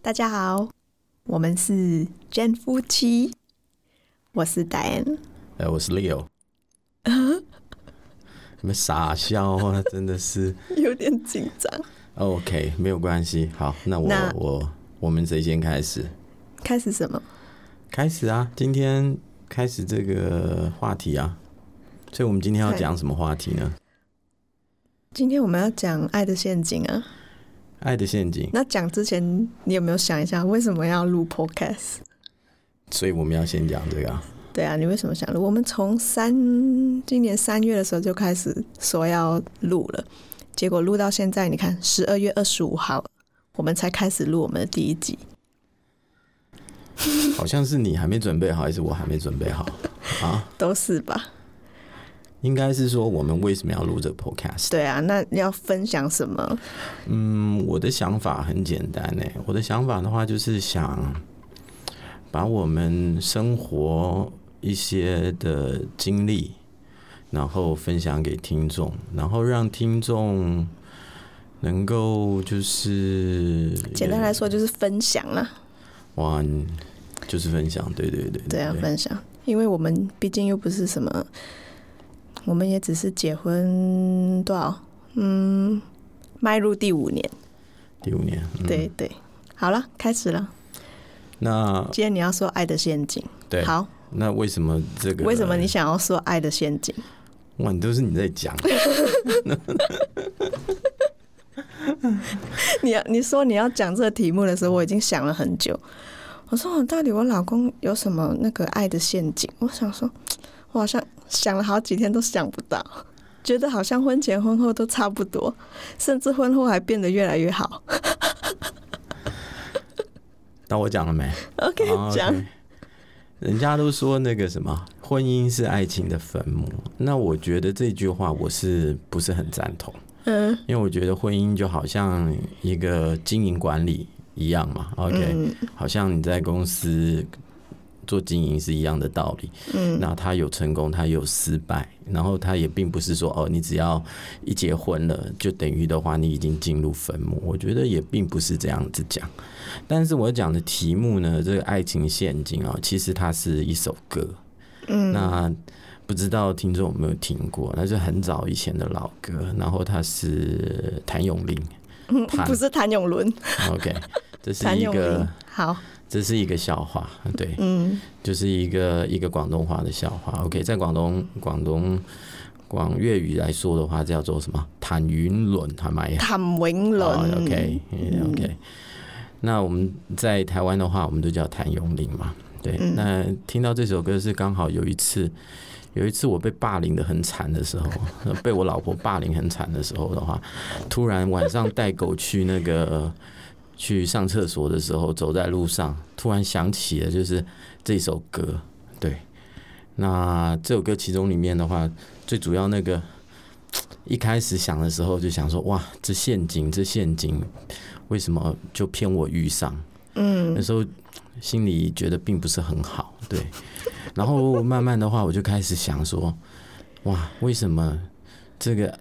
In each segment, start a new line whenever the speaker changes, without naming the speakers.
大家好，我们是 Jen 夫妻，我是 Diane。
哎，我是 Leo。你们傻笑啊，真的是。
有点紧张。
OK，没有关系。好，那我
那
我我们谁先开始？
开始什么？
开始啊，今天开始这个话题啊。所以我们今天要
对
讲什么话题呢？
今天我们要讲《爱的陷阱》啊。
爱的陷阱。
那讲之前，你有没有想一下为什么要录 Podcast？
所以我们要先讲这个、啊。
对啊，你为什么想录？我们从三今年三月的时候就开始说要录了，结果录到现在，你看十二月二十五号，我们才开始录我们的第一集。
好像是你还没准备好，还是我还没准备好啊？
都是吧？
应该是说我们为什么要录这个 podcast？
对啊，那你要分享什么？
嗯，我的想法很简单诶、我的想法的话就是想把我们生活一些的经历，然后分享给听众，然后让听众能够就是
简单来说就是分享啦，
哇，就是分享，对对对
对啊，分享，因为我们毕竟又不是什么，我们也只是结婚多少，嗯，迈入第五年，
第五年，嗯、
对对。好了，开始了。
那
今天你要说《爱的陷阱
对》，
好，
那为什么这个？
为什么你想要说《爱的陷阱》？
哇，你都是你在讲，啊
你要你说你要讲这个题目的时候，我已经想了很久。我说我到底我老公有什么那个爱的陷阱？我想说，我好像想了好几天都想不到，觉得好像婚前婚后都差不多，甚至婚后还变得越来越好。
到我讲了没？
OK，
啊，OK
讲、
人家都说那个什么，婚姻是爱情的坟墓。那我觉得这句话我是不是很赞同？
嗯
因为我觉得婚姻就好像一个经营管理一样嘛。OK，、
嗯
好像你在公司做经营是一样的道理。
嗯
那他有成功，他有失败，然后他也并不是说哦，你只要一结婚了，就等于的话，你已经进入坟墓。我觉得也并不是这样子讲。但是我讲的题目呢，这个爱情陷阱啊、哦，其实它是一首歌。
嗯，
那不知道听众有没有听过？那是很早以前的老歌，然后它是谭咏麟。
嗯
谈
不是谭咏麟，
OK，这是
谭
一
咏麟
个，
好，
这是一个笑话，对。
嗯
就是一个一个广东话的笑话。OK，在广东广东广粤语来说的话，叫做什么？谭云伦系咪？
谭咏麟、
哦 OK OK，、那我们在台湾的话，我们都叫谭咏麟嘛。对，
嗯
那听到这首歌是刚好有一次，有一次我被霸凌的很惨的时候， 呃被我老婆霸凌很惨的时候的话，突然晚上带狗去那个。呃去上厕所的时候，走在路上，突然想起了就是这首歌。对，那这首歌其中里面的话，最主要那个一开始想的时候就想说，哇，这陷阱，这陷阱，为什么就骗我遇上？
嗯
那时候心里觉得并不是很好，对。然后慢慢的话，我就开始想说，哇，为什么这个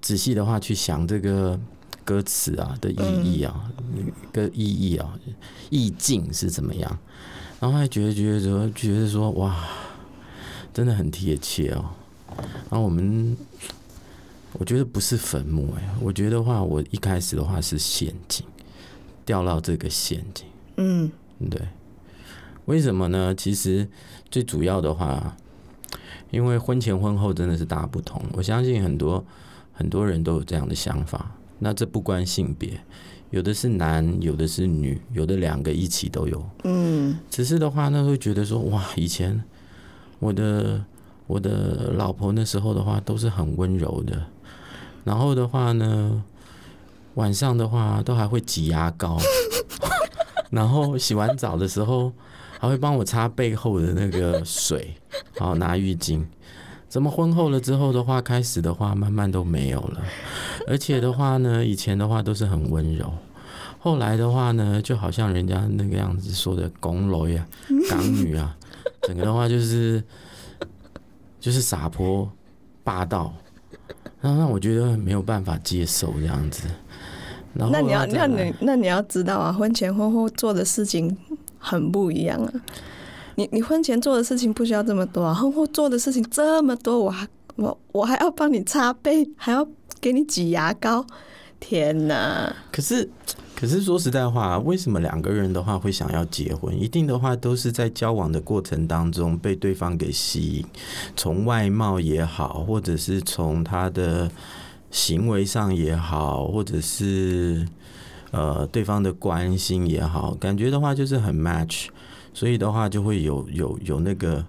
仔细的话去想这个歌词啊的意义啊，那个意义啊，意境是怎么样？然后还觉得觉得说觉得说，哇，真的很贴切哦。然后我们。我觉得不是坟墓哎、我觉得话，我一开始的话是陷阱，掉到这个陷阱。
嗯
对，为什么呢？其实最主要的话，因为婚前婚后真的是大不同。我相信很多很多人都有这样的想法。那这不关性别，有的是男，有的是女，有的两个一起都有。
嗯
只是的话呢，会觉得说，哇，以前我的我的老婆那时候的话都是很温柔的，然后的话呢，晚上的话都还会挤牙膏，然后洗完澡的时候还会帮我擦背后的那个水， 好拿浴巾。怎么婚后了之后的话，开始的话慢慢都没有了，而且的话呢，以前的话都是很温柔，后来的话呢，就好像人家那个样子说的“公 楼呀、港女啊”，整个的话就是就是洒泼霸道，那让我觉得没有办法接受这样子。然后
那你要，
再
那
来
你那你要知道啊，婚前婚后做的事情很不一样啊。你你婚前做的事情不需要这么多啊，婚后做的事情这么多，我还我我还要帮你擦背，还要给你挤牙膏，天哪！
可是，可是说实在话，为什么两个人的话会想要结婚？一定的话都是在交往的过程当中被对方给吸引，从外貌也好，或者是从他的行为上也好，或者是呃对方的关心也好，感觉的话就是很 match，所以的话就会有有有那个。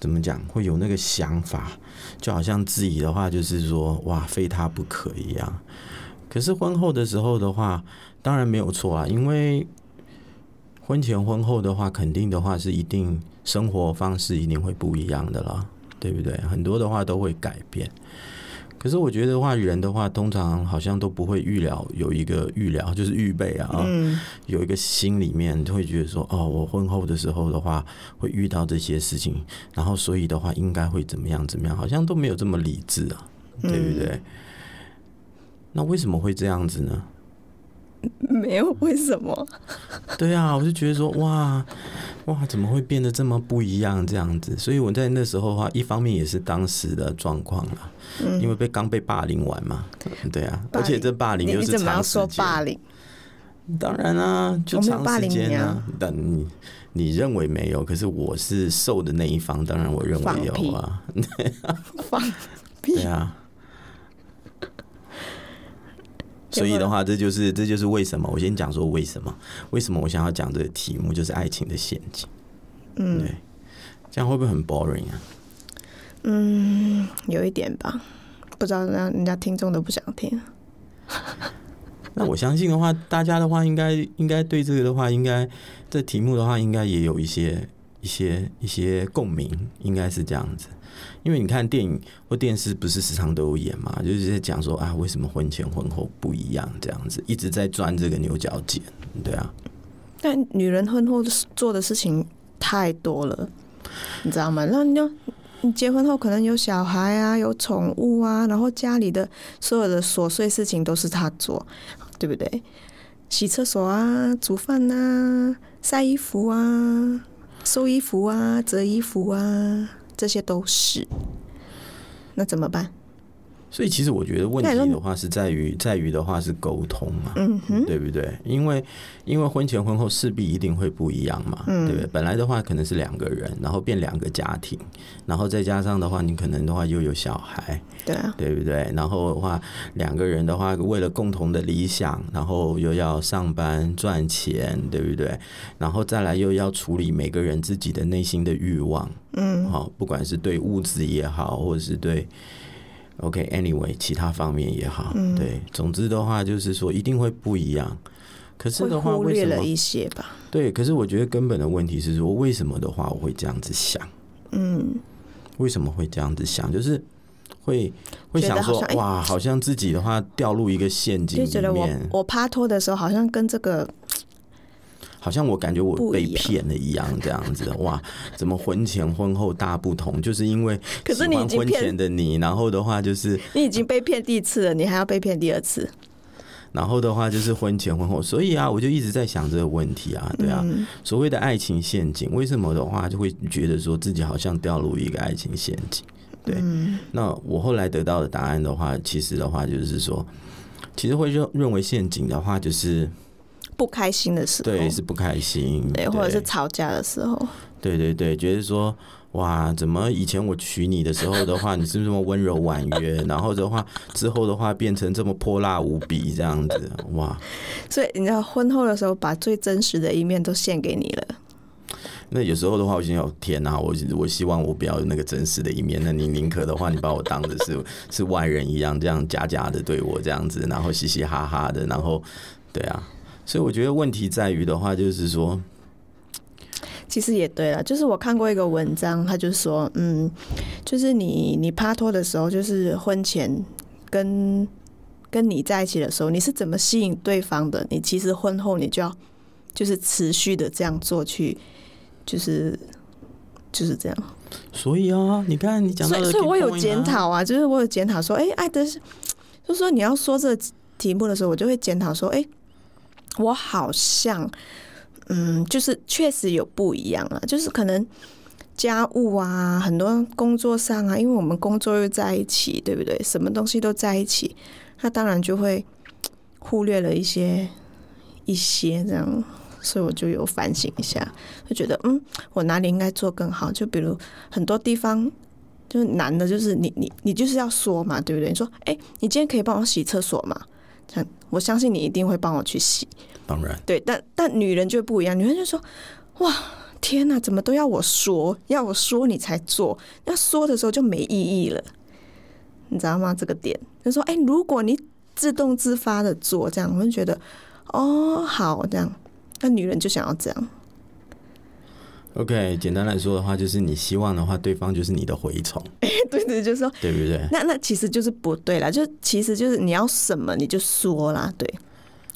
怎么讲？会有那个想法，就好像自己的话就是说，哇，非他不可一样。可是婚后的时候的话，当然没有错啊，因为婚前婚后的话，肯定的话是一定生活方式一定会不一样的啦，对不对？很多的话都会改变。可是我觉得的话，人的话通常好像都不会预料有一个预料，就是预备啊，
嗯，
有一个心里面会觉得说，哦，我婚后的时候的话会遇到这些事情，然后所以的话应该会怎么样怎么样，好像都没有这么理智啊，
嗯
对不对？那为什么会这样子呢？
没有为什么，
对啊，我就觉得说，哇哇，怎么会变得这么不一样这样子？所以我在那时候的话，一方面也是当时的状况啦，
嗯
因为被刚被霸凌完嘛，对啊，
霸
而
凌
且这霸凌
你
又
你
是
怎么要
长时
说霸
间，
凌？
当然啦、就
我没有
长
霸
时
凌你
间啊
啊。
但你你认为没有，可是我是受的那一方，当然我认为
放
有
屁
啊，
放
对
屁！
啊。
结
所
果
以的话，这就是这就是为什么我先讲说为什么为什么我想要讲这个题目，就是爱情的陷阱。
嗯
对，这样会不会很 boring 啊？
嗯，有一点吧，不知道让人家听众都不想听。
那我相信的话，大家的话应该应该对这个的话，应该这题目的话，应该也有一些一些一些共鸣，应该是这样子。因为你看电影或电视，不是时常都有演嘛，就是在讲说啊，为什么婚前婚后不一样这样子，一直在钻这个牛角尖，对啊。
但女人婚后的事做的事情太多了，你知道吗？那你就你结婚后可能有小孩啊，有宠物啊，然后家里的所有的琐碎事情都是她做，对不对？洗厕所啊，煮饭啊，晒衣服啊，收衣服啊，折衣服啊，这些都是。那怎么办？
所以其实我觉得问
那
题
你
的
说
话是在于在于的话是沟通嘛，
嗯哼，
对不对？因为因为婚前婚后势必一定会不一样嘛，对不对？本来的话可能是两个人，然后变两个家庭，然后再加上的话，你可能的话又有小孩，
对啊，
对不对？然后的话，两个人的话，为了共同的理想，然后又要上班赚钱，对不对？然后再来又要处理每个人自己的内心的欲望，
嗯
好、哦不管是对物质也好，或者是对 OK，anyway，、其他方面也好，
嗯
对，总之的话就是说一定会不一样。可是
会
的话，
忽
为
略
什
了
么？
一些吧。
对，可是我觉得根本的问题是说，为什么的话我会这样子想？
嗯，
为什么会这样子想？就是会会
觉得
想说
好像，哎
哇，好像自己的话掉入一个陷
就
阱
觉
里
得我
面，
我趴拖的时候，好像跟这个
好像我感觉我
不
被
一样
骗了一样，这样子，哇，怎么婚前婚后大不同？就是因为
可是
喜
你已
欢
经
婚
骗
前的你，然后的话就是
你已经被骗第一次了，你还要被骗第二次？
然后的话就是婚前婚后，所以啊，我就一直在想这个问题啊，对啊，
嗯
所谓的爱情陷阱，为什么的话就会觉得说自己好像掉入一个爱情陷阱？对，
嗯
那我后来得到的答案的话，其实的话就是说，其实会认认为陷阱的话，就是
不开心的时候，
对是不开心，
哦对或者是吵架的时候，
对对对，觉得说哇，怎么以前我娶你的时候的话，你是这么温柔婉约，然后的话之后的话变成这么泼辣无比这样子，哇。
所以你知道婚后的时候，把最真实的一面都献给你了。
那有时候的话，我心想，天哪、我我希望我不要有那个真实的一面。那你宁可的话，你把我当的是是外人一样，这样假假的对我这样子，然后嘻嘻哈哈的，然后对啊。所以我觉得问题在于的话，就是说，
其实也对了，就是我看过一个文章，他就说，嗯，就是你你趴拖的时候，就是婚前跟跟你在一起的时候，你是怎么吸引对方的？你其实婚后你就要就是持续的这样做去，就是就是这样。
所以啊，你看你讲
所以，
到的、啊
啊所以我有检，讨啊，就是我有检讨说，哎、爱的是，就是说你要说这题目的时候，我就会检讨说，哎、我好像，嗯，就是确实有不一样啊，就是可能家务啊，很多工作上啊，因为我们工作又在一起，对不对？什么东西都在一起，他当然就会忽略了一些一些这样，所以我就有反省一下，就觉得嗯，我哪里应该做更好？就比如很多地方。就是难的，就是你你你就是要说嘛，对不对？你说，哎、你今天可以帮我洗厕所吗？这样我相信你一定会帮我去洗。
当然，
对，但但女人就不一样，女人就说：“哇，天哪，怎么都要我说，要我说你才做，要说的时候就没意义了，你知道吗？”这个点，就说：“哎、如果你自动自发的做这样，我就觉得哦，好这样。”那女人就想要这样，
OK，简单来说的话，就是你希望的话，对方就是你的蛔虫，
对对，就是说，
对不对？
那那其实就是不对啦，就其实就是你要什么你就说啦，对。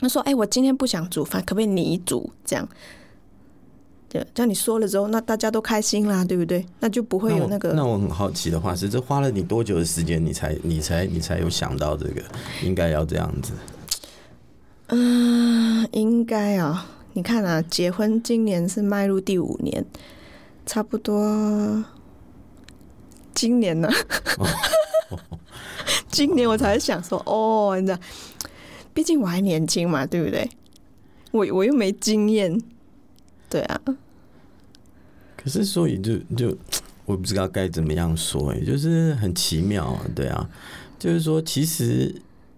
他说：“哎、我今天不想煮饭，可不可以你煮？”这样，对，这样你说了之后，那大家都开心啦，对不对？那就不 会有那
那
个。
我。那我很好奇的话是，这花了你多久的时间，你才你才你才有想到这个应该要这样子？
嗯、应该啊、你看啊，结婚今年是迈入第五年，差不多。今年呢、 今年我才想说，哦，你知道，毕竟我还年轻嘛，对不对？我我又没经验，对啊，
可是所以就就我不知道该怎么样说、欸，就是很奇妙、啊，对啊，就是说其实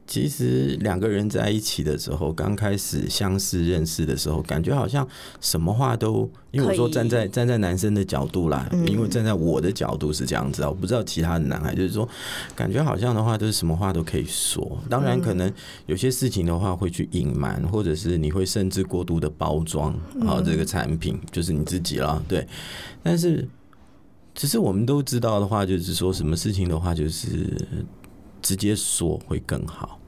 其实两个人在一起的时候，刚开始相识认识的时候，感觉好像什么话都，因为我说
可以
站在站在男生的角度啦，
嗯
因为站在我的角度是这样子啊，我不知道其他的男孩，就是说感觉好像的话，就是什么话都可以说，当
嗯
然可能有些事情的话会去隐瞒，或者是你会甚至过度的包装
嗯
啊这个产品，就是你自己啦，对。但是，只是我们都知道的话，就是说什么事情的话，就是直接说会更好。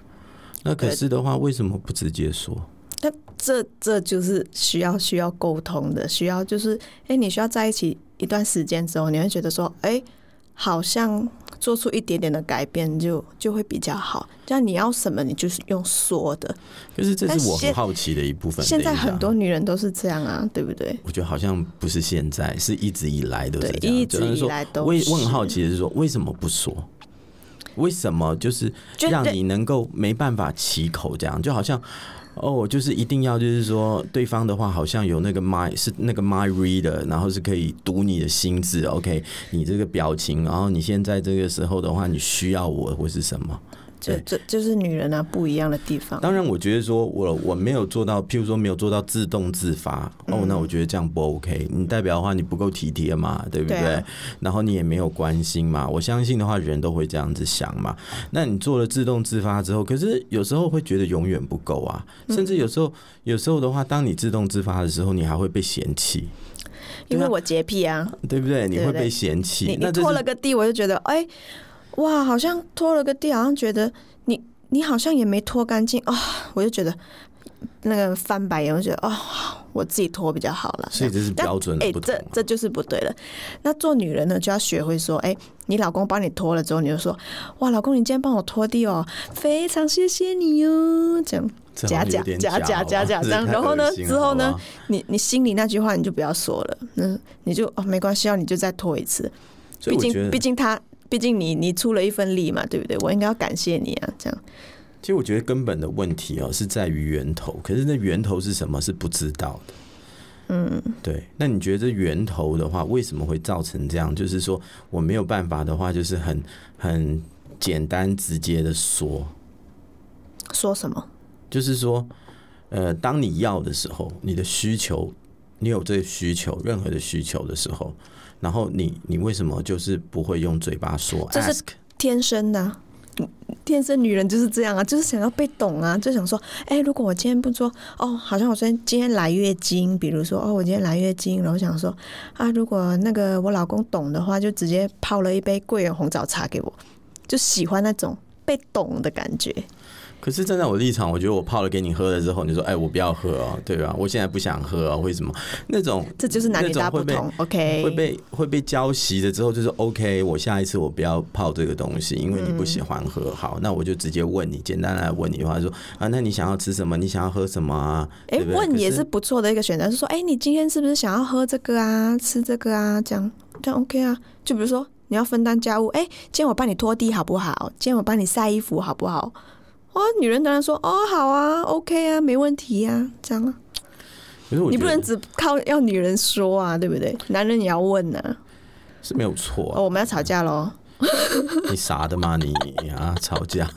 那可是的话，为什么不直接说？
那这这就是需要需要沟通的，需要就是，哎、你需要在一起一段时间之后，你会觉得说，哎、好像做出一点点的改变就就会比较好。这样你要什么，你就是用说的。
就是这
但
是我很
现
好奇的一部分。
现在
等一下
很多，女人都是这样啊，对不对？
我觉得好像不是现在，是一直以来都是
对
这样。
一直
就是说
以来都
我也我很
是
好奇的是说，为什么不说？为什么就是
就
让
对
你能够没办法起口这样？就好像哦，就是一定要就是说对方的话好像有那个 my 是那个 my reader，然后是可以读你的心智。OK，你这个表情，然后你现在这个时候的话，你需要我或是什么？
这
对
这就是女人啊不一样的地方。
当然，我觉得说我我没有做到，譬如说没有做到自动自发，
嗯
哦，那我觉得这样不 OK。你代表的话，你不够体贴嘛，对不对？
对啊
然后你也没有关心嘛。我相信的话，人都会这样子想嘛。那你做了自动自发之后，可是有时候会觉得永远不够啊，
嗯
甚至有时候有时候的话，当你自动自发的时候，你还会被嫌弃，
因为
对啊
我洁癖啊，
对不对？你会
对
被嫌弃。
你
那
你
这
拖
是
了个地，我就觉得，哎、哇，好像拖了个地，好像觉得你你好像也没拖干净啊、我就觉得那个翻白眼，我就觉得哦，我自己拖比较好了。
所以这是标准
哎、
的不同
这
啊、
这就是不对了。那做女人呢，就要学会说，哎、你老公帮你拖了之后，你就说，哇，老公，你今天帮我拖地哦，非常谢谢你哦，这样。
这好像有点
假假
假
假假假
这
这样
太
然后呢
恶心了
之后呢
好不好
你你心里那句话你就不要说了，嗯，你就哦没关系，要你就再拖一次，
所
毕
以我觉
竟
得
毕竟他毕竟你你出了一份力嘛，对不对？我应该要感谢你啊，这样
其实我觉得根本的问题哦、是在于源头，可是那源头是什么是不知道的。嗯，对。那你觉得这源头的话，为什么会造成这样？就是说我没有办法的话，就是很很简单直接的说，
说什么？
就是说，呃，当你要的时候，你的需求，你有这个需求，任何的需求的时候，然后你你为什么就是不会用嘴巴说
这是
ask？
天生的啊、嗯天生女人就是这样啊，就是想要被懂啊，就想说，哎、如果我今天不说，哦，好像我昨天今天来月经，比如说，哦，我今天来月经，然后想说，啊，如果那个我老公懂的话，就直接泡了一杯桂圆红枣茶给我，就喜欢那种被懂的感觉。
可是站在我立场，我觉得我泡了给你喝了之后，你说哎，我不要喝哦，对吧？我现在不想喝啊，为什么？那种
这就是男女大不同。OK，哎
会被会被浇熄了之后，就是 OK，我下一次我不要泡这个东西，因为你不喜欢喝。
嗯
好，那我就直接问你，简单来问你的话，说啊，那你想要吃什么？你想要喝什么啊？
哎、
对不对
问也
可
是不错的一个选择，是说，哎、你今天是不是想要喝这个啊，吃这个啊，这样这样 OK 啊？就比如说你要分担家务，哎、今天我帮你拖地好不好？今天我帮你晒衣服好不好？哦，女人当然说，哦，好啊，OK 啊，没问题啊，这样啊，
可是我
你
觉
不
得
能只靠要女人说啊，对不对？男人也要问呢、啊。
是没有错啊、
哦，我们要吵架 喽，
你傻的吗？你啊，吵架。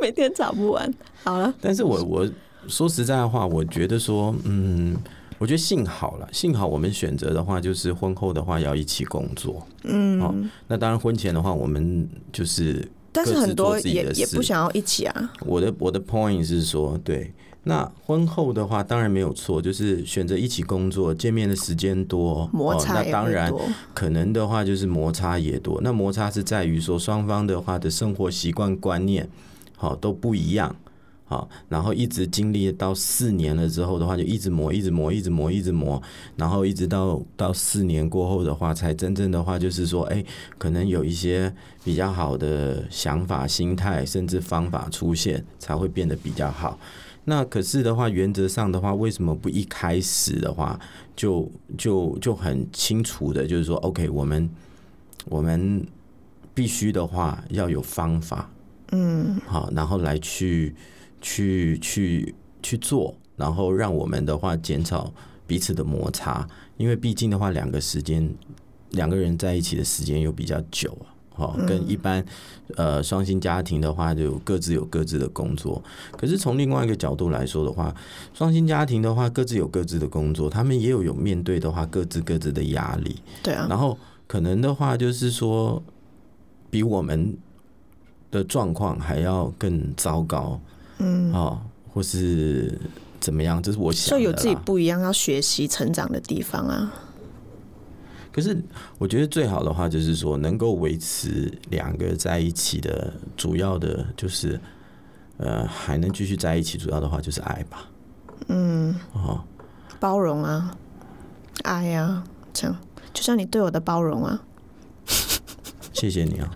每天吵不完。好了，
但是我我说实在话，我觉得说，嗯，我觉得幸好了，幸好我们选择的话，就是婚后的话要一起工作。
嗯，
哦那当然婚前的话，我们就是
但是
各自
很多
做自己
也
的
也
事哦
不想要一起啊。
我的我的 point 是说，对，那婚后的话当然没有错，就是选择一起工作，见面的时间多，
摩擦
哦、
也
那
会
当然
多
可能的话就是摩擦也多。那摩擦是在于说双方的话的生活习惯观念，好、都不一样。好，然后一直经历到四年了之后的话，就一直磨，一直磨，一直磨，一直磨，然后一直到到四年过后的话，才真正的话就是说，哎，可能有一些比较好的想法、心态，甚至方法出现，才会变得比较好。那可是的话，原则上的话，为什么不一开始的话，就就就很清楚的，就是说，OK，我们我们必须的话要有方法，嗯，好，然后来去去去去做，然后让我们的话减少彼此的摩擦，因为毕竟的话，两个时间两个人在一起的时间又比较久啊。好，跟一般呃双薪家庭的话，就各自有各自的工作。可是从另外一个角度来说的话，双薪家庭的话，各自有各自的工作，他们也有有面对的话，各自各自的压力。
对啊，
然后可能的话，就是说比我们的状况还要更糟糕，嗯，哦，或是怎么样，这是我想
所
的
以
啦。
有自己不一样要学习成长的地方啊。
可是我觉得最好的话，就是说能够维持两个在一起的主要的，就是呃还能继续在一起，主要的话就是爱吧。
嗯
哦
包容啊，爱啊，这样就像你对我的包容啊，
谢谢你啊，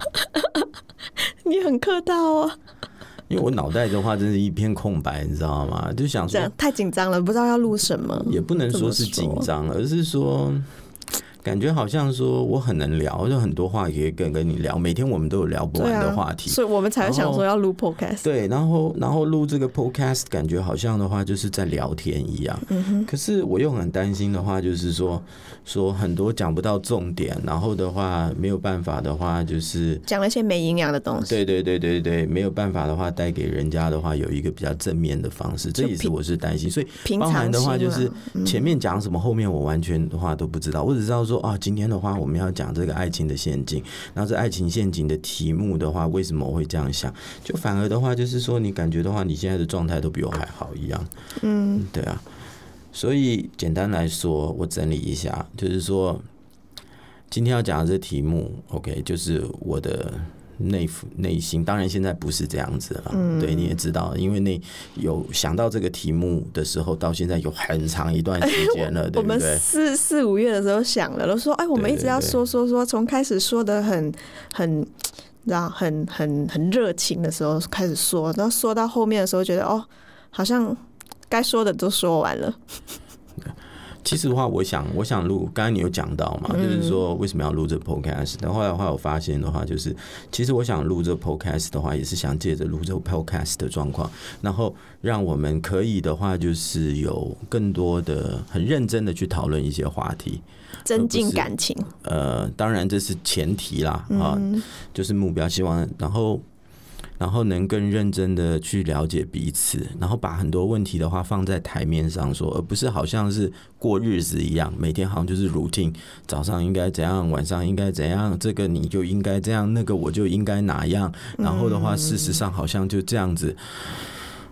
你很客套哦，
因为我脑袋的话真是一片空白，你知道吗？就想
这
说
样太紧张了，不知道要录什嗯么。
也不能说是紧张，而是说。感觉好像说我很能聊，就很多话可以跟跟你聊。每天我们都有聊不
对
完
啊
的话题，
所以我们才会想说要录 podcast。
对，然后然后录这个 podcast，感觉好像的话就是在聊天一样。
嗯
可是我又很担心的话，就是说说很多讲不到重点，然后的话没有办法的话，就是
讲了一些没营养的东西，
对对对对对，没有办法的话带给人家的话有一个比较正面的方式，这
就
也是
平
我是担心。所以
平
包含
常
的
心
话
啊
就是前面讲什么，后面我完全的话都不知道。我只知道说啊，今天的话我们要讲这个爱情的陷阱，然后这爱情陷阱的题目的话，为什么我会这样想？就反而的话就是说，你感觉的话，你现在的状态都比我还好一样。嗯，对啊。所以简单来说，我整理一下，就是说今天要讲的这题目，OK，就是我的。内内心当然现在不是这样子了，
嗯
对你也知道，因为那有想到这个题目的时候，到现在有很长一段时间了，对
我
不
们
对？
四四五月的时候想了，都说哎，我们
对
一直要
对
说说说，从开始说的很很，然后很很很热情的时候开始说，然后说到后面的时候，觉得哦，好像该说的都说完了，
其实的话，我想，我想录，刚才你有讲到嘛，就是说为什么要录这 podcast？但后来的话，我发现的话，就是其实我想录这 podcast 的话，也是想借着录这 podcast 的状况，然后让我们可以的话，就是有更多的很认真的去讨论一些话题。
增进
是
感情。
呃，当然这是前提啦，啊，就是目标，希望然后然后能更认真的去了解彼此，然后把很多问题的话放在台面上说，呃而不是好像是过日子一样，每天好像就是 routine，早上应该怎样，晚上应该怎样，这个你就应该这样，那个我就应该哪样，然后的话，事实上好像就这样子。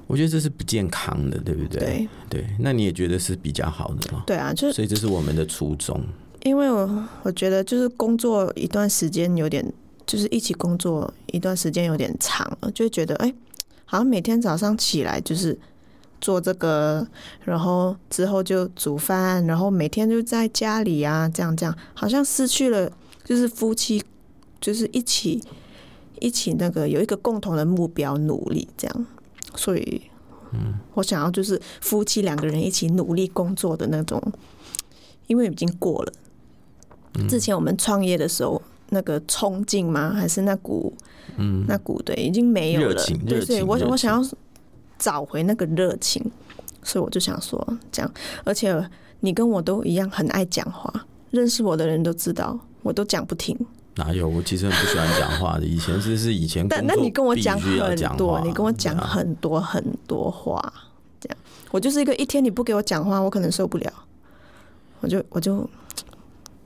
我觉得这是不健康的，对不对？
对
对那你也觉得是比较好的吗？
对啊，就是
所以这是我们的初衷。
因为我我觉得就是工作一段时间有点，就是一起工作一段时间有点长了，就会觉得哎、好像每天早上起来就是做这个，然后之后就煮饭，然后每天就在家里啊，这样这样，好像失去了就是夫妻就是一起一起那个有一个共同的目标努力这样，所以。嗯，我想要就是夫妻两个人一起努力工作的那种，因为已经过了。
嗯
之前我们创业的时候，那个冲劲吗？还是那股
嗯，
那股对，已经没有
热
了
情。热
对，所以
情
我
热
我想要找回那个热情，所以我就想说这样。而且你跟我都一样很爱讲话，认识我的人都知道，我都讲不停。
哪有？我其实很不喜欢讲话的，以前这是以前
但
工
那
作
你跟我
必
讲
须要
很
讲
多
话，
你跟我讲
对啊
很多很多话，这样我就是一个一天你不给我讲话，我可能受不了。我就我就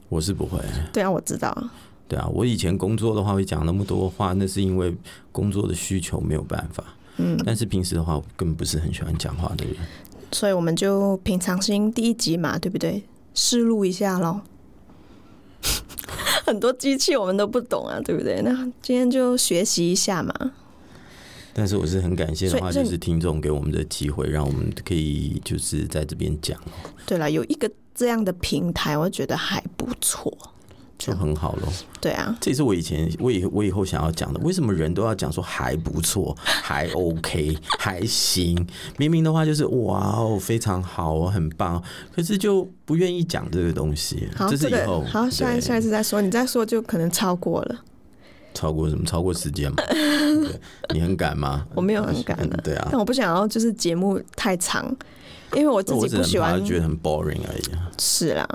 我是不会。
对啊，我知道，
对啊，我以前工作的话会讲那么多话，那是因为工作的需求没有办法。
嗯，
但是平时的话，我根本不是很喜欢讲话的人。
所以我们就平常心第一集嘛，对不对？试录一下喽。 很多机器我们都不懂啊，对不对？那今天就学习一下嘛。
但是我是很感谢的
所
话，
以所以
就是听众给我们的机会，让我们可以就是在这边讲，
对了，有一个这样的平台，我觉得还不错。
就很好咯。
对啊，
这也是我以前我以我以后想要讲的，为什么人都要讲说还不错、还 OK、还 行？明明的话就是哇哦，非常好哦，很棒哦，可是就不愿意讲这个东西。
好，
这是
个
以后
好，下一
对
下一次再说，你再说就可能超过了。
超过什么？超过时间嘛？对，你很赶吗？
我没有很赶的
嗯对啊
但，我不想要就是节目太长，因为我自
我
己
只
不
能
喜
怕
欢。
觉得很 boring 而已啊。
是啦，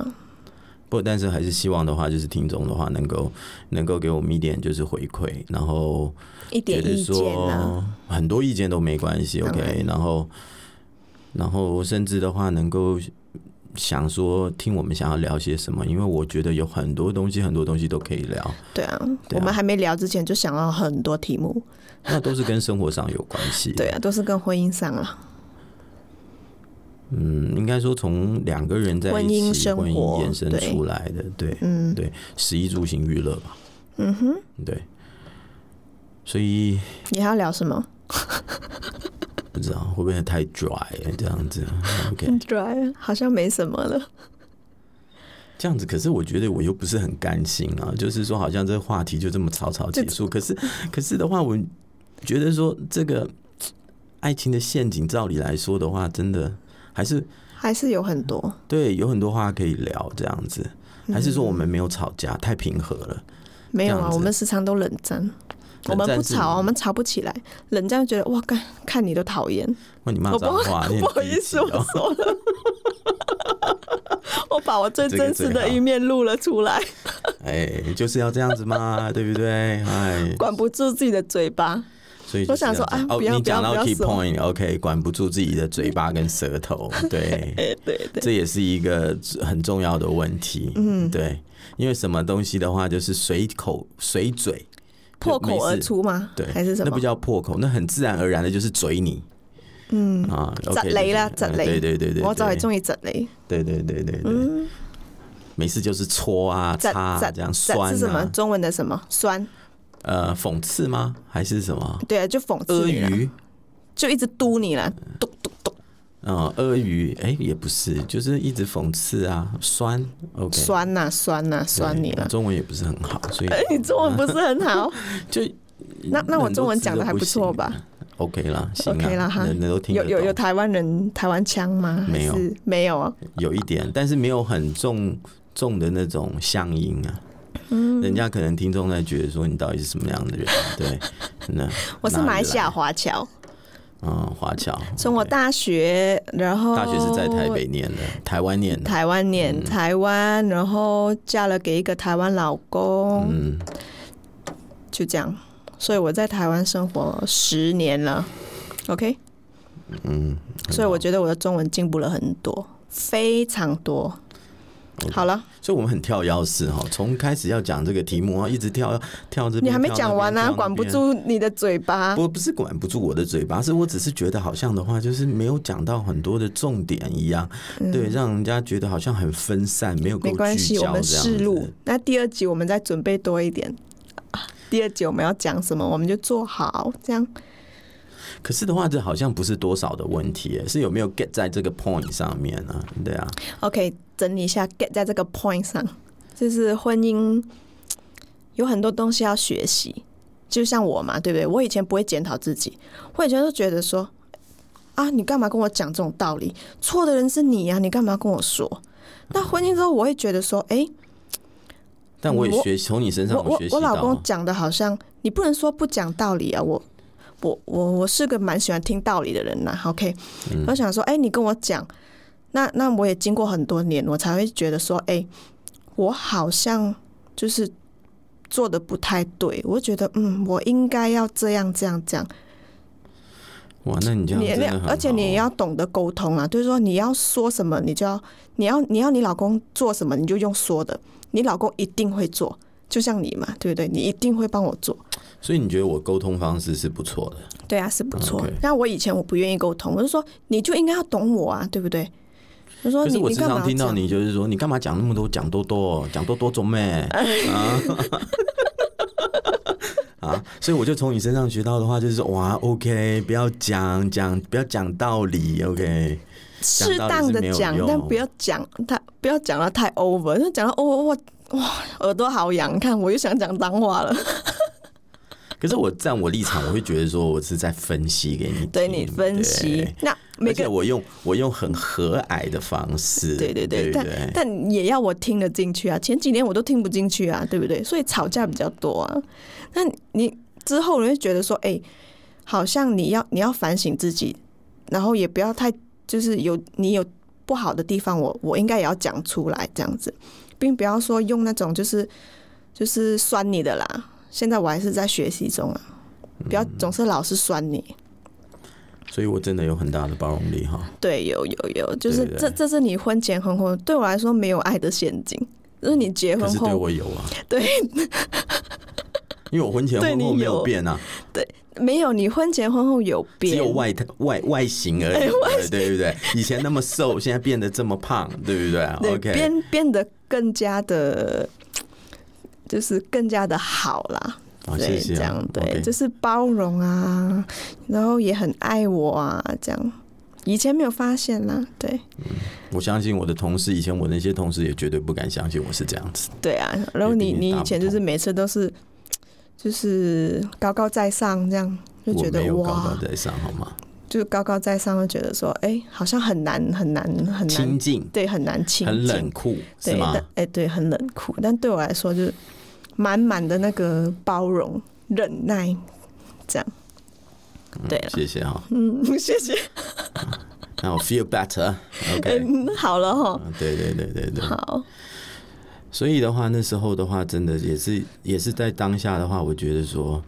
不，但是还是希望的话，就是听众的话能够能够给我们一点就是回馈，然后
一
觉
点
得
意见啊，
说很多意见都没关系
当然
，OK，然后然后甚至的话能够想说听我们想要聊些什么，因为我觉得有很多东西，很多东西都可以聊，
对啊，
对啊
我们还没聊之前就想到很多题目，
那都是跟生活上有关系。
对，啊，都是跟婚姻上了，
嗯，应该说从两个人在
婚
一
姻
起，
生
婚姻
活
延伸
对
出来的，对，
嗯
对，食衣住行娱乐吧，
嗯哼，
对，所以
你还要聊什么
不知道会不会太 dry 这样子，OK，
？dry 好像没什么了，
这样子，可是我觉得我又不是很甘心啊，就是说好像这个话题就这么草草结束，可是可是的话，我觉得说这个爱情的陷阱，照理来说的话，真的还是
还是有很多，
对有很多话可以聊，这样子，
嗯
还是说我们没有吵架，太平和了。
没有
这
啊，
样子
我们时常都冷战。我
冷
们
战
不
是
吵啊，我们吵不起来。冷战就觉得哇，看看你都讨厌，
哇，你骂
我不
啊脏话， 你很
不好
低
意思，
级
我
哦
说了， 我把我最
这个
真实
最好
的一面录了出来，
哎，就是要这样子嘛， 对不对？哎，
管不住自己的嘴巴。
所以就
我
是
想
这样
说
子
哎
哦，
不要
你
不要
讲
不
到
要
key
说
point，OK，管不住自己的嘴巴跟舌头，对。
哎、对对，
这也是一个很重要的问题。嗯，对，因为什么东西的话，就是随口随嘴，
破口而出吗？
对，
还是什
那
么
不？叫破口，那很自然而然的就是嘴你。嗯啊，
砸雷啦，砸
整
雷！
对对对对，
我早也
对
终于砸雷。
对对对对对，
嗯，
没事就是搓啊、
砸
擦啊
砸
这样
砸
酸
是什么？嗯
啊，
中文的什么酸？
呃，讽刺吗？还是什么？
对啊，就讽
阿
刺你啦，
谀，
就一直嘟你啦，嘟嘟嘟，
嗯，阿谀，哎，也不是，就是一直讽刺啊，酸，OK，
酸呐酸呐酸你啦。
了。
哎
中文也不是很好，所以
你中文不是很 好，
就
那那我中文讲的还
不
不错
行
吧？
OK 啦，行啊
OK 啦哈
人人都听得
有
懂
有有台湾人台湾腔吗？还
没有
是没有啊。
有一点，但是没有很重重的那种乡音啊。
嗯
人家可能听众在觉得说你到底是什么样 的人，对，那
我是马来西亚，华侨，
哪里来嗯，华侨，
从我大学，然后
大学是在台北嗯念的，台湾念的，
哦台湾念台湾，然后嫁了给一个台湾老公，
嗯，
就这样。所以我在台湾生活十年了，OK。嗯，所以我觉得我的中文进步了很多，非常多。好了，
所以我们很跳钥匙哈，从开始要讲这个题目，然后一直跳跳这边，
你还没
跳那边
讲完呢、
跳那边
管不住你的嘴巴。
我不是管不住我的嘴巴，是我只是觉得好像的话，就是没有讲到很多的重点一样，对，让人家觉得好像很分散，没有
嗯
够
没关
聚
系，我
焦
们
这样
试录
子。。
那第二集我们再准备多一点。啊第二集我们要讲什么，我们就做好，这样
可是的话，这好像不是多少的问题耶，是有没有 get 在这个 point 上面呢、啊？对啊，
OK，整理一下，get 在这个 point 上，就是婚姻有很多东西要学习。就像我嘛，对不对？我以前不会检讨自己，我以前就觉得说，啊，你干嘛跟我讲这种道理？错的人是你啊呀、你干嘛跟我说？那婚姻之后，我会觉得说，哎、
但我也
嗯我
学从你身上
我我
学习
我
到
老公
啊，
讲的好像你不能说不讲道理啊，我我我我是个蛮喜欢听道理的人呐、OK，、我
嗯
想说，哎、你跟我讲，那那我也经过很多年，我才会觉得说，哎、我好像就是做的不太对，我觉得嗯，我应该要这样这样这样。
哇，那你这样
你
真的很好哦
而且你也要懂得沟通啊，就是说你要说什么，你就要你要你要你老公做什么，你就用说的，你老公一定会做，就像你嘛，对不对？你一定会帮我做，
所以你觉得我沟通方式是不错的？
对啊，是不错
OK。
那、我以前我不愿意沟通，我就说你就应该要懂我啊，对不对？我说
可
哦你
是我
你
时
干嘛
常听
这
到
样
你就是说，你干嘛讲那么多，讲多多，哦讲多多做 咩啊？ 啊，所以我就从你身上学到的话，就是说哇，OK，不要讲讲，不要讲道理，OK，
适
讲道理
当
是
的
没有
讲，
用
但不要讲太不要讲到太 over，就讲到哦哇哇耳朵好痒，你看我又想讲脏话了。
可是我站我立场，我会觉得说我是在分析给你听，
对你分析
对，
那每个
而且我用我用很和蔼的方式，
对对对，
对不
但但也要我听得进去啊。前几年我都听不进去啊，对不对？所以吵架比较多啊。那你之后你会觉得说，哎、好像你要你要反省自己，然后也不要太就是有你有不好的地方我，我应该也要讲出来这样子，并不要说用那种就是就是酸你的啦。现在我还是在学习中啊，不要总是老是酸你。
所以我真的有很大的包容力哈。
对，有有有，就是
对对
这这是你婚前婚后对我来说没有爱的陷阱，就是你结
可
婚
是对
后
我有啊，
对，
因为我婚前
对
婚
你
后没有
有
变啊，
没有，你婚前婚后有
只
变
有，外外外形而
哎
已，对不对？以前那么瘦，现在变得这么胖，对不对
对，
？OK，
变变得更加的，就是更加的好啦。
好，
对，
谢谢啊。
这样对
OK
就是包容啊，然后也很爱我啊，这样。以前没有发现啦，对
我相信我的同事，以前我那些同事也绝对不敢相信我是这样子。
对啊，然后你
一定
你
大
以前
不
就
同
是每次都是就是高高在上这样，就
我
觉得
没有高
哇
高，在上，好吗？
就是高高在上，会觉得说，哎、好像很难很难很
亲
难，
近，
对，很难亲近，
很冷酷，是
对，
吗
但？哎、对，很冷酷。但对我来说，就是满满的那个包容、忍耐，这样。 对了，
谢谢哈。
嗯，谢谢。
那我 feel better。OK，
嗯，好了哈，
嗯对对对对对。
好，
所以的话，那时候的话，真的也是也是在当下的话，我觉得说，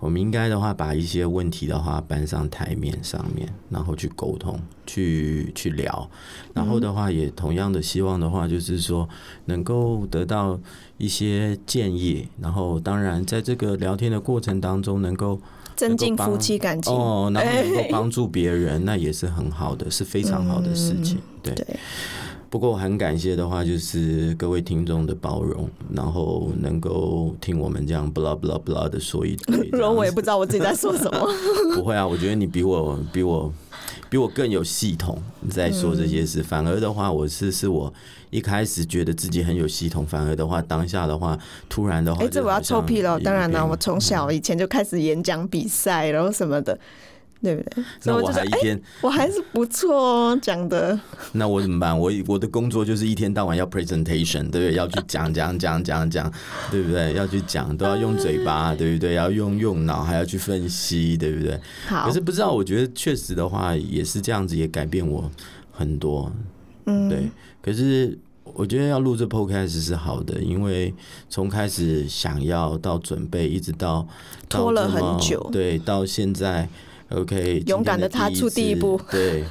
我们应该的话，把一些问题的话搬上台面上面，然后去沟通，去去聊，然后的话，也同样的希望的话，就是说能够得到一些建议，然后当然在这个聊天的过程当中，能够
增进
帮
夫妻感情。
哦，然后能够
哎
帮助别人，那也是很好的，是非常好的事情，对。
对，。
不过我很感谢的话，就是各位听众的包容，然后能够听我们这样 blah blah blah 的说一堆
然后我也不知道我自己在说什么。
不会啊，我觉得你比我比我比我更有系统在说这些
嗯
事。反而的话，我是是我一开始觉得自己很有系统，反而的话当下的话，突然的 话，
哎、这我要臭屁了。当然啦，
了，
我从小以前就开始演讲比赛，然后什么的，对不对？所
那
以
我
就说，
还一
哎、
天，
我还是不错哦，讲的。
那我怎么办？我我的工作就是一天到晚要 presentation，对不对？要去讲讲讲讲讲，对不对？要去讲，都要用嘴巴，
哎
对不对？要用用脑，还要去分析，对不对？
好
可是，不知道，我觉得确实的话也是这样子，也改变我很多。
嗯，
对，可是我觉得要录这 podcast 是好的，因为从开始想要到准备，一直到到
拖了
这么
很久
对，到现在 OK，
嗯勇敢地
今
踏
天
出第一
支
步，嗯
对。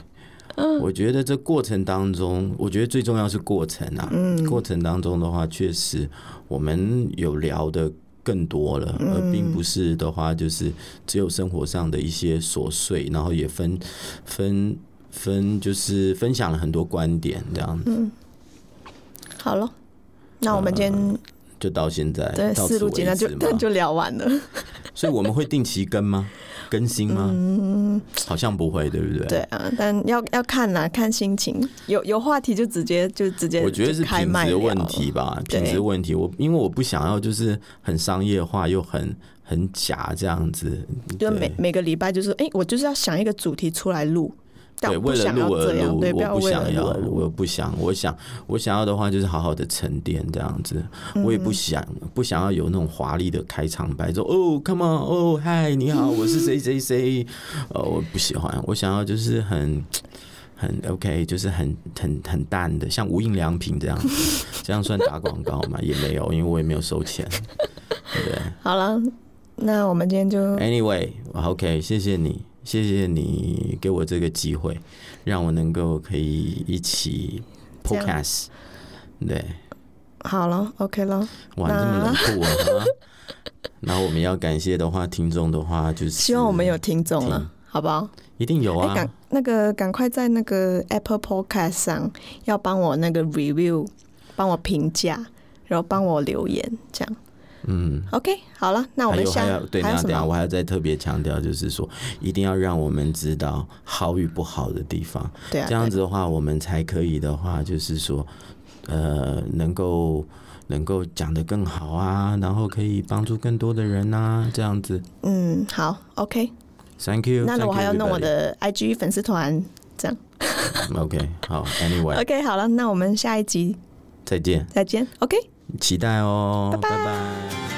我觉得这过程当中，我觉得最重要是过程啊。
嗯
过程当中的话，确实我们有聊的更多了，
嗯
而并不是的话，就是只有生活上的一些琐碎，然后也分分分，就是分享了很多观点，这样子
嗯好了，那我们今天
就到现在
对
哎到
四
此
路简
为
单就
止嘛
但。就聊完了。
所以我们会定期更吗？更新吗？
嗯，
好像不会，对不对？
对啊，但要要看啦，看心情，有有话题就直接就直接，
我觉得是
就开
品
麦
质
聊
问
了
题吧，
对
品质问题。我因为我不想要就是很商业化又很很假这样子，
就
对
每每个礼拜就是，哎、我就是要想一个主题出来录，但
对，
我
为了
想要
录而
这样，
录，
对，不要
我不
为
想
了
要
录而，录。
我不想，我想我想要的话就是好好的沉淀这样子，我
嗯
也不想不想要有那种华丽的开场白，说哦，come on，哦，嗨，你好，我是谁谁谁，呃，我不喜欢，我想要就是很。很 OK，就是很很很淡的，像无印良品这样子，这样算打广告吗？也没有，因为我也没有收钱，对不对？
好了，那我们今天就
哎 Anyway，OK，、谢谢你，谢谢你给我这个机会，让我能够可以一起
这样
podcast。对，
好了，OK 了。
哇，
那
这么冷酷啊！哈然后我们要感谢的话，听众的话就是
希望我们有听众
听
了，好不好？
一定有
哎、
啊，
赶那个赶快在那个 Apple Podcast 上要帮我那个 review，帮我评价，然后帮我留言，这样
嗯。
OK。好了，那我
还
们
有
下
还有，对，
还有
等一下
什
等一下，
么？
我还要再特别强调，就是说，一定要让我们知道好与不好的地方。
对啊，
这样子的话，我们才可以的话，就是说，呃，能够能够讲得更好啊，然后可以帮助更多的人啊，这样子。
对嗯，好，OK。
Thank you。
那我还要弄我。的 IG 粉丝团，这样
OK，好，Anyway，
OK。好了，那我们下一集
再见，
再见，OK。
期待哦，拜拜